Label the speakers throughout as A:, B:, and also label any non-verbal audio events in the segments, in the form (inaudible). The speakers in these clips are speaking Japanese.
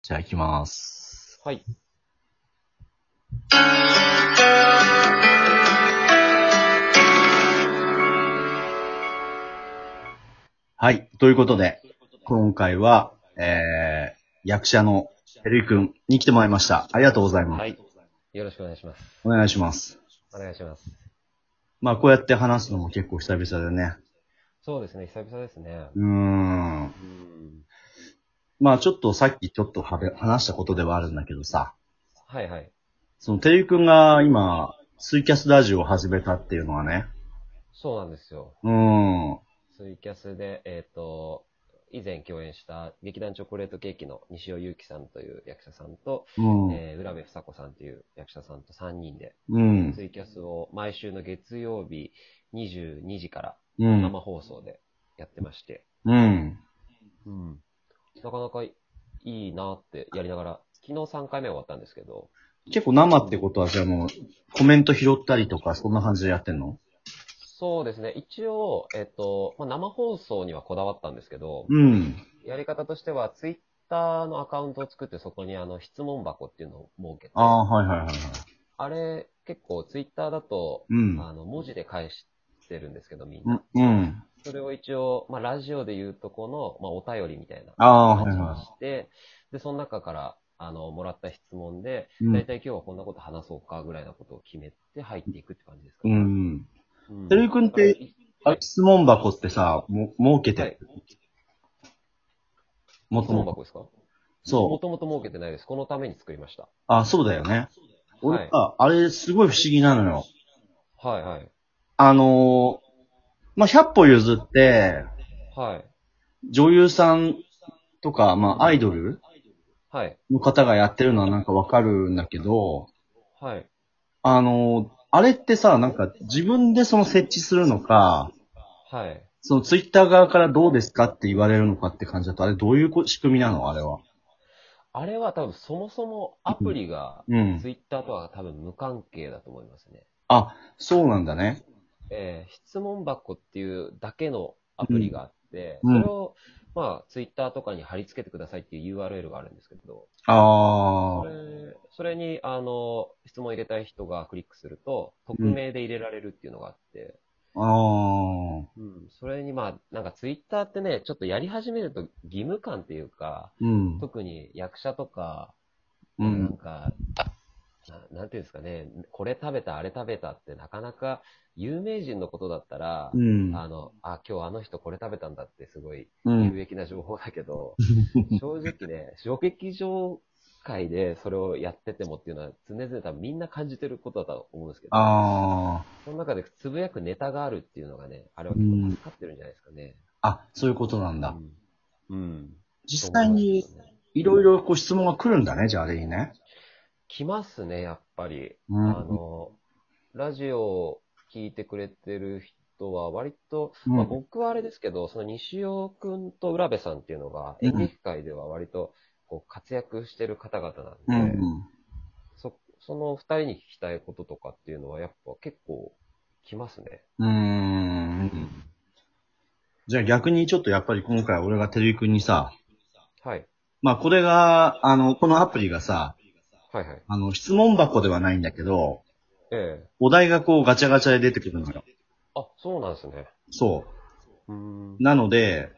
A: じゃあ行きます。
B: はい。
A: はい。ということで、今回は、えー、役者のてるいくんに来てもらいました。ありがとうございます。
B: はい。よろしくお願いします。
A: お願いします。
B: お願いします。
A: まあ、こうやって話すのも結構久々でね。
B: そうですね、久々ですね。
A: うーん。まあ、ちょっとさっきちょっとはべ話したことではあるんだけどさ、
B: はいはい。
A: そのてるいくんが今、ツイキャスラジオを始めたっていうのはね、
B: そうなんですよ。
A: うーん。
B: ツイキャスで、えっ、と、以前共演した劇団チョコレートケーキの西尾祐樹さんという役者さんと、
A: うん。
B: えー浦部房子さんという役者さんと3人で、
A: うん。
B: ツイキャスを毎週の月曜日22時から
A: うん
B: 生。放送でやってまして、
A: うん。
B: うんなかなかいいなってやりながら、昨日3回目終わったんですけど、
A: 結構生ってことは、じゃあもう、コメント拾ったりとか、そんな感じでやってんの
B: そうですね。一応、えっと、まあ、生放送にはこだわったんですけど、
A: うん。
B: やり方としては、ツイッターのアカウントを作って、そこにあの、質問箱っていうのを設けて、
A: ああ、はいはいはいはい。
B: あれ、結構ツイッターだと、
A: うん。
B: あの、文字で返してるんですけど、みん
A: う
B: な。
A: ん。うん。
B: それを一応、まあ、ラジオで言うとこの、まあ、お便りみたいな
A: ああ、はい
B: 感じに
A: は
B: して、で、その中から、あの、もらった質問で、
A: い。
B: だいたい今日はこんなこと話そうか、ぐらいのことを決めて入っていくって感じですか
A: う
B: ね。
A: ん。
B: うん
A: 照井君って、あ質問箱ってさ、も、設けて、
B: はい。
A: もと
B: 質問
A: もと。
B: 箱ですかも
A: そう。
B: ともと設けてないです。このために作りました。
A: あ、そうだよね。
B: は
A: 俺
B: い、。
A: あ、あれ、すごい不思議なのよ。
B: はい、はい。
A: あのーまあ、100歩譲って、
B: はい。
A: 女優さんとか、まあ、アイドル
B: はい。
A: の方がやってるのはなんかわかるんだけど、
B: はい。
A: あのーあれってさ、なんか自分でその設置するのか、
B: はい。
A: そのツイッター側からどうですかって言われるのかって感じだと、あれどういうこ仕組みなのあれは。
B: あれは多分そもそもアプリが、
A: うん。
B: ツイッターとは多分無関係だと思いますね。
A: あ、そうなんだね。
B: えー質問箱っていうだけのアプリがあって、
A: うん
B: それを、まあ、ツイッターとかに貼り付けてくださいっていう URL があるんですけど、
A: あ
B: それそれに、あの、質問入れたい人がクリックすると、匿名で入れられるっていうのがあって、
A: あ。ああ。
B: うん、それにまあ、なんかツイッターってね、ちょっとやり始めると義務感っていうか、
A: うん。
B: 特に役者とか、
A: う
B: なん
A: ん。
B: かな、なんていうんですかね、これ食べた、あれ食べたってなかなか有名人のことだったら、
A: うん。
B: あの、あ、今日あの人これ食べたんだってすごい
A: うん
B: 有。益な情報だ
A: (laughs)
B: けど、正直ね、小劇場界でそれをやっててもっていうのは常々多分みんな感じてることだと思うんですけど、
A: ああ。
B: その中でつぶやくネタがあるっていうのがね、あれは結構助かってるんじゃないですかね。
A: あ、そういうことなんだ。
B: うん。うん
A: 実際に、いろいろこう質問が来るんだね、じゃああれにね。
B: 来ますね、やっぱり。
A: う
B: あ
A: ん。
B: の、ラジオを聞いてくれてる人は割と、
A: うん
B: まあ、僕はあれですけど、その西尾くんと浦部さんっていうのが
A: うん
B: 演劇界では割とこう活躍してる方々
A: う
B: なんで、
A: ん。
B: そその二人に聞きたいこととかっていうのはやっぱ結構来ますね。
A: うん。じゃあ逆にちょっとやっぱり今回俺がてるいくんにさ、
B: はい。
A: まあこれが、あの、このアプリがさ、
B: はいはい。
A: あの、質問箱ではないんだけど、
B: ええ
A: お題がこうガチャガチャで出てくるのよ。
B: あ、そうなんですね。
A: そう
B: ーん
A: う。。なので、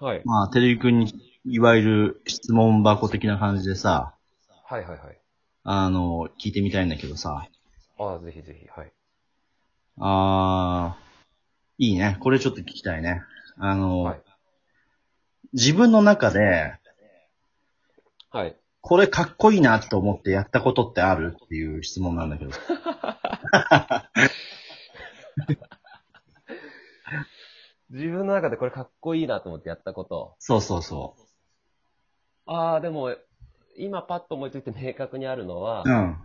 B: はい。
A: まあ、てるいくんに、いわゆる質問箱的な感じでさ、
B: はいはいはい。
A: あの、聞いてみたいんだけどさ、
B: あぜひぜひ。はい。
A: あー、いいね。これちょっと聞きたいね。あの、
B: はい。
A: 自分の中で、
B: はい。
A: これかっこいいなと思ってやったことってあるっていう質問なんだけど。
B: 自分の中でこれかっこいいなと思ってやったこと。
A: そうそうそ
B: ああ、でも、今パッと思いついて明確にあるのは
A: う。う、ん。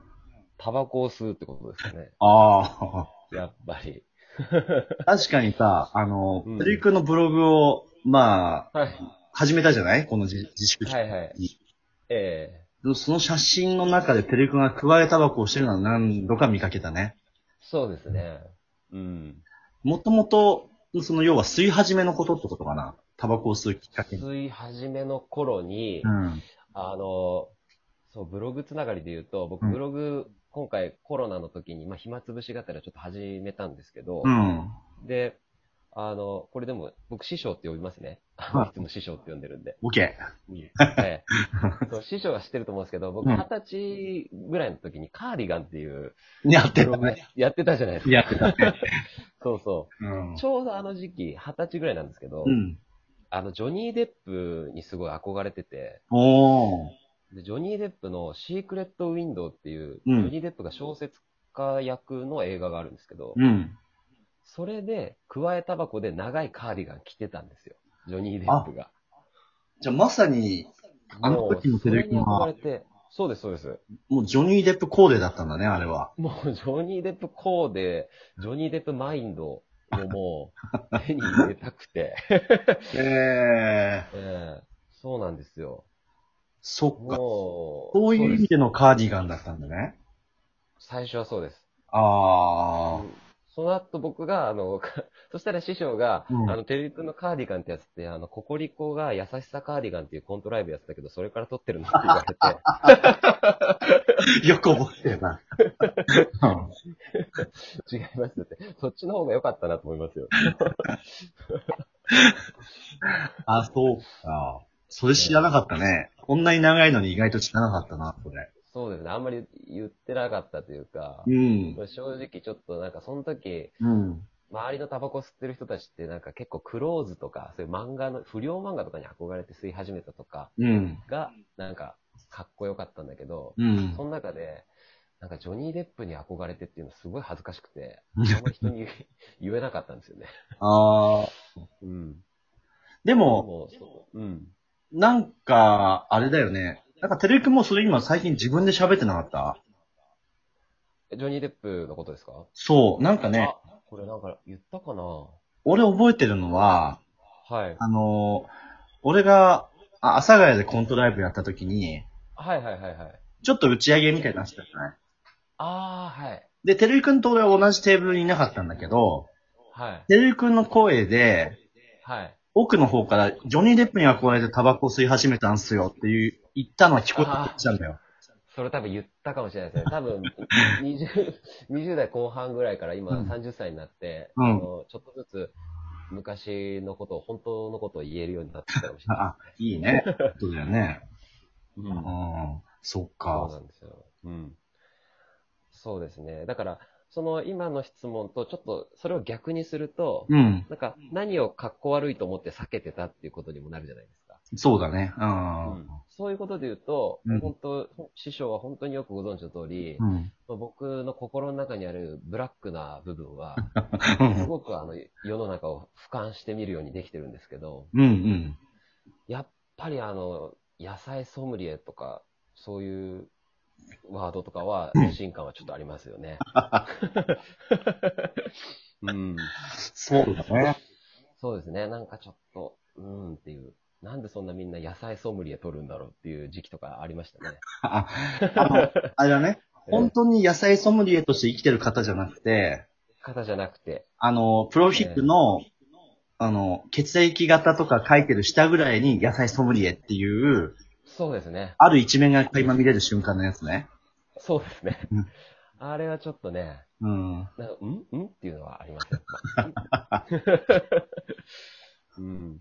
B: タバコを吸うってことですかね。
A: あ
B: やっぱり。
A: ー。 (laughs) 確かにさ、あの
B: うん、
A: てるいくんのブログを、まあ、
B: はい。
A: 始めたじゃないこの自自粛期間
B: はいはい。ええ
A: その写真の中でテレクが加えタバコをしてるのは何度か見かけたね。
B: そうですね。うん。
A: もともと、その要は吸い始めのことってことかな。タバコを吸うきっかけ。
B: 吸い始めの頃に、
A: うん。
B: あの、そう、ブログつながりで言うと、僕
A: うん
B: ブログ、今回コロナの時に、まあ、暇つぶしがてらちょっと始めたんですけど
A: う、ん。
B: で、あの、これでも、僕師匠って呼びますね。
A: はい
B: (laughs) いつも師匠って呼んでるんで。
A: OK。 (laughs)
B: はいそう師匠は知ってると思うんですけど、僕
A: うん
B: 二十歳ぐらいの時にカーディガンっていう
A: やって
B: ブロ
A: た
B: グ
A: ね。
B: やってたじゃないですか。
A: やってたね。
B: そうそうう。
A: ん。
B: ちょうどあの時期、二十歳ぐらいなんですけど、
A: うん。
B: あの、ジョニー・デップにすごい憧れてて、
A: おー。
B: でジョニー・デップのシークレット・ウィンドウっていう、
A: うん
B: ジョニー・デップが小説家役の映画があるんですけど、
A: うん。
B: それで、くわえタバコで長いカーディガン着てたんですよ。ジョニー・デップが。
A: じゃあまさに、あの時の
B: もうそ
A: テレ
B: れ
A: ビ
B: に
A: 君
B: 憧
A: は、
B: れて、そうです、そうです。
A: もうジョニー・デップコーデだったんだね、あれは。
B: もう、ジョニー・デップコーデ、ジョニー・デップマインドをも
A: (laughs)
B: う、手に入れたくて、
A: ええ
B: ええそうなんですよ。
A: そっか。
B: もう、
A: そういう意味で
B: そ
A: のカーディガンだったんだね。
B: です。最初はそうです。
A: ああ。
B: その後僕が、あの、 (laughs) かそしたら師匠が、
A: うん
B: あの、テレビ君のカーディガンってやつって、あの、ココリコが優しさカーディガンっていうコントライブやってたけど、それから撮ってるのって言われて、
A: (laughs) よく覚えてるな。 (laughs) うん
B: 違いますって、 (laughs) そっちの方が良かったなと思いますよ。
A: あ、そうか。それ知らなかったね。こんなに長いのに意外と知らなかったな、それ。
B: そうですね、あんまり言ってなかったというか、
A: うん。
B: 正直ちょっとなんかその時、
A: うん。
B: 周りのタバコ吸ってる人たちってなんか結構クローズとか、そういう漫画の、不良漫画とかに憧れて吸い始めたとか
A: うん。
B: が、なんか、かっこよかったんだけど、
A: うん
B: そ。の中で、なんかジョニー・デップに憧れてっていうのすごい恥ずかしくて、あ
A: うん
B: んまり人に (laughs) 言えなかったんですよね。
A: ああ。
B: うん。
A: でも、
B: もう、そう。うん。
A: なんか、あれだよね。なんか、てるくんもそれ今最近自分で喋ってなかった
B: ジョニー・デップのことですか
A: そう。なんかね、
B: あ、これなんか言ったかな
A: 俺覚えてるのは、
B: はい。
A: あのー俺が、あ阿佐ヶ谷でコントライブやった時に、
B: はいはいはいはい。
A: ちょっと打ち上げみたいなのしてたじゃない
B: あー、はい。
A: で、てるくんと俺は同じテーブルにいなかったんだけど、
B: はい。
A: てるくんの声で、
B: はい。
A: 奥の方から、ジョニー・デップに憧れてタバコ吸い始めたんすよっていう、言ったのは聞こえてきたんだよ。
B: それ多分言ったかもしれな
A: (laughs)
B: いですね。多分、20、20代 (laughs) 後半ぐらいから今
A: うん
B: 30歳になって、
A: うん
B: あのちょっとずつ昔のことを、本当のことを言えるようになってきたかもしれな
A: (laughs)
B: い。
A: あ、いいね。そうだよね。
B: うん
A: うん。そっ
B: そう
A: か。
B: なんですよ。うん。そうですね。だから、その今の質問とちょっとそれを逆にすると、
A: うん。
B: なんか何を格好悪いと思って避けてたっていうことにもなるじゃないですか。
A: そうだね。う
B: うんん。そういうことで言うと、
A: うん
B: 本当、師匠は本当によくご存知の通り、
A: うん。
B: 僕の心の中にあるブラックな部分は、
A: う
B: す
A: ん。
B: ごくあの世の中を俯瞰してみるようにできてるんですけど、
A: うん。
B: やっぱりあの、野菜ソムリエとか、そういうワードとかは、不信感はちょっとありますよ
A: (laughs)
B: ね。うん。
A: そうだね。
B: そうですね。なんかちょっと、うーんっていう。なんでそんなみんな野菜ソムリエ取るんだろうっていう時期とかありましたね。
A: あ、あの、あれだ (laughs) ね。本当に野菜ソムリエとして生きてる方じゃなくて、
B: 方じゃなくて。
A: あの、プロフィックの、あの、血液型とか書いてる下ぐらいに野菜ソムリエっていう、
B: そうですね。
A: ある一面が垣間見れる瞬間のやつね。
B: そうですね
A: うん。
B: あれはちょっとね、
A: うん。
B: なんかんんっていうのはありません。
A: (laughs)
B: (laughs) うん。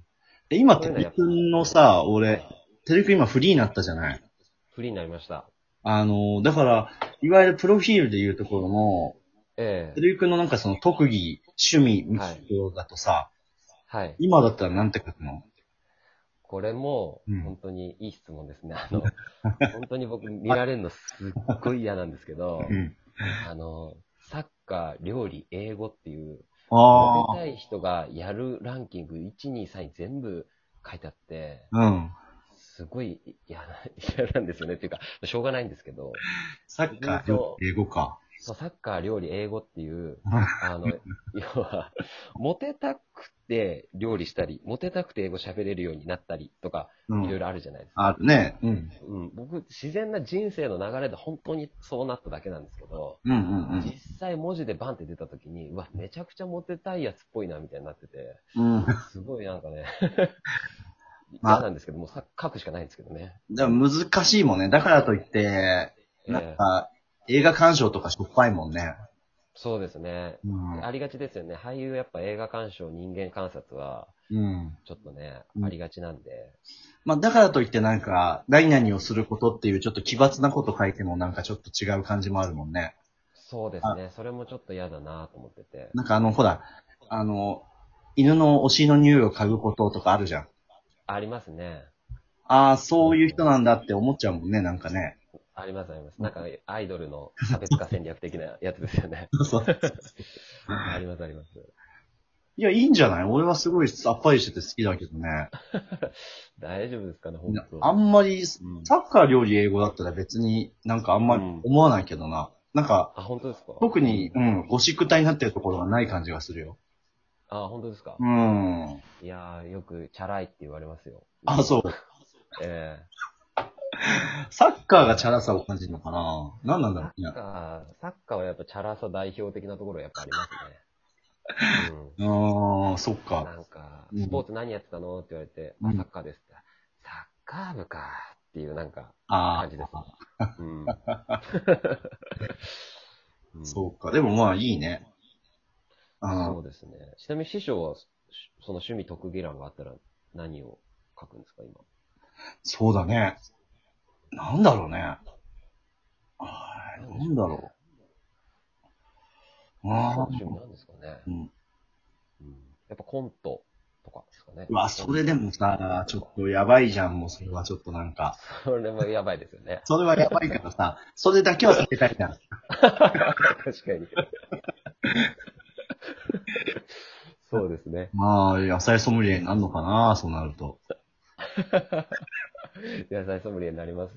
A: で、今、てるくんのさ、俺、てるくん今フリーになったじゃない
B: フリーになりました。
A: あの、だから、いわゆるプロフィールでいうところの、
B: ええ
A: てるゆくんのなんかその特技、趣味みたいなところだとさ、
B: はい。
A: 今だったらなんて書くの
B: これも
A: うん、
B: 本当にいい質問ですね。あの、本当に僕見られるのすっごい嫌なんですけど、
A: ん。
B: あの、サッカー、料理、英語っていう、
A: あ
B: やりたい人がやるランキング1、2、3全部書いてあって、
A: あ。うん。
B: すごい嫌な嫌なんですよね。っていうか、しょうがないんですけど、
A: サッカーと英語か。
B: そうサッカー、料理、英語っ
A: (laughs)
B: ていう、あの、要は、モテたくて料理したり、モテたくて英語喋れるようになったりとか、
A: う
B: いろい
A: ん。
B: ろあるじゃないですか。
A: あるね。うん。
B: うん、僕、自然な人生の流れで本当にそうなっただけなんですけど、
A: うんうん
B: 実際文字でバンって出た時に、うわ、めちゃくちゃモテたいやつっぽいな、みたいになってて、
A: うん。うん。
B: すごいなんかね、
A: (laughs) まあ
B: 嫌なんですけど、もうさ書くしかないんですけどね。
A: でも難しいもんね。だからといって、
B: え
A: なん
B: え
A: か、映画鑑賞とかしょっぱいもんね。
B: そうですね。
A: うん。
B: ありがちですよね。俳優やっぱ映画鑑賞、人間観察は、
A: うん。
B: ちょっとね、
A: うん
B: ありがちなんで。
A: まあ、だからといってなんか、何々をすることっていうちょっと奇抜なこと書いてもなんかちょっと違う感じもあるもんね。
B: そうですね。それもちょっと嫌だなと思ってて。
A: なんかあの、ほら、あの、犬のお尻の匂いを嗅ぐこととかあるじゃん。
B: ありますね。
A: ああ、そういう人なんだって思っちゃうもんね、なんかね。
B: ありますあります。なんか、アイドルの差別化戦略的なやつですよね。
A: (laughs) そう
B: ありますあります。
A: いや、いいんじゃない俺はすごいさっぱりしてて好きだけどね。
B: 大丈夫ですかね、本当
A: あんまり、
B: うん
A: サッカー料理英語だったら別になんかあんまり思わないけどな。なんか、
B: あ、本当ですか
A: 特に、うん、ゴシック体になってるところがない感じがするよ。
B: あ、本当ですか
A: うん。
B: いやー、よく、チャラいって言われますよ。
A: あ、そう。
B: ええ
A: サッカーがチャラさを感じるのかな何なんだろう
B: サッ
A: ね。
B: カー、サッカーはやっぱチャラさ代表的なところやっぱあります
A: (laughs)
B: ね。
A: うーん、そっ
B: うん。
A: か。
B: なんか
A: う、ん
B: スポーツ何やってたのって言われて、
A: うん
B: あサッカーですって。サッカー部かっていうなんか、
A: あ
B: 感じですね。
A: (laughs)
B: うん。う
A: あ、
B: ん
A: そうか。でもまあいいね。あ
B: そうですね。ちなみに師匠は、しその趣味特技欄があったら何を書くんですか、今。
A: そうだね。なんだろうね。あーなんだろう。あ
B: 師匠
A: あ、
B: の趣味なんですかね。
A: うん。
B: うん。やっぱコントとかですかね。
A: うわ、それでもさ、ちょっとやばいじゃん、もうそれはちょっとなんか。。
B: それもやばいですよね
A: (laughs) それはやばいからさ、それだけは避けたいじゃん。
B: 確
A: (laughs)
B: かに。そうですね。
A: まあ、野菜ソムリエになるのかな、そうなると。
B: 野菜ソムリエになります。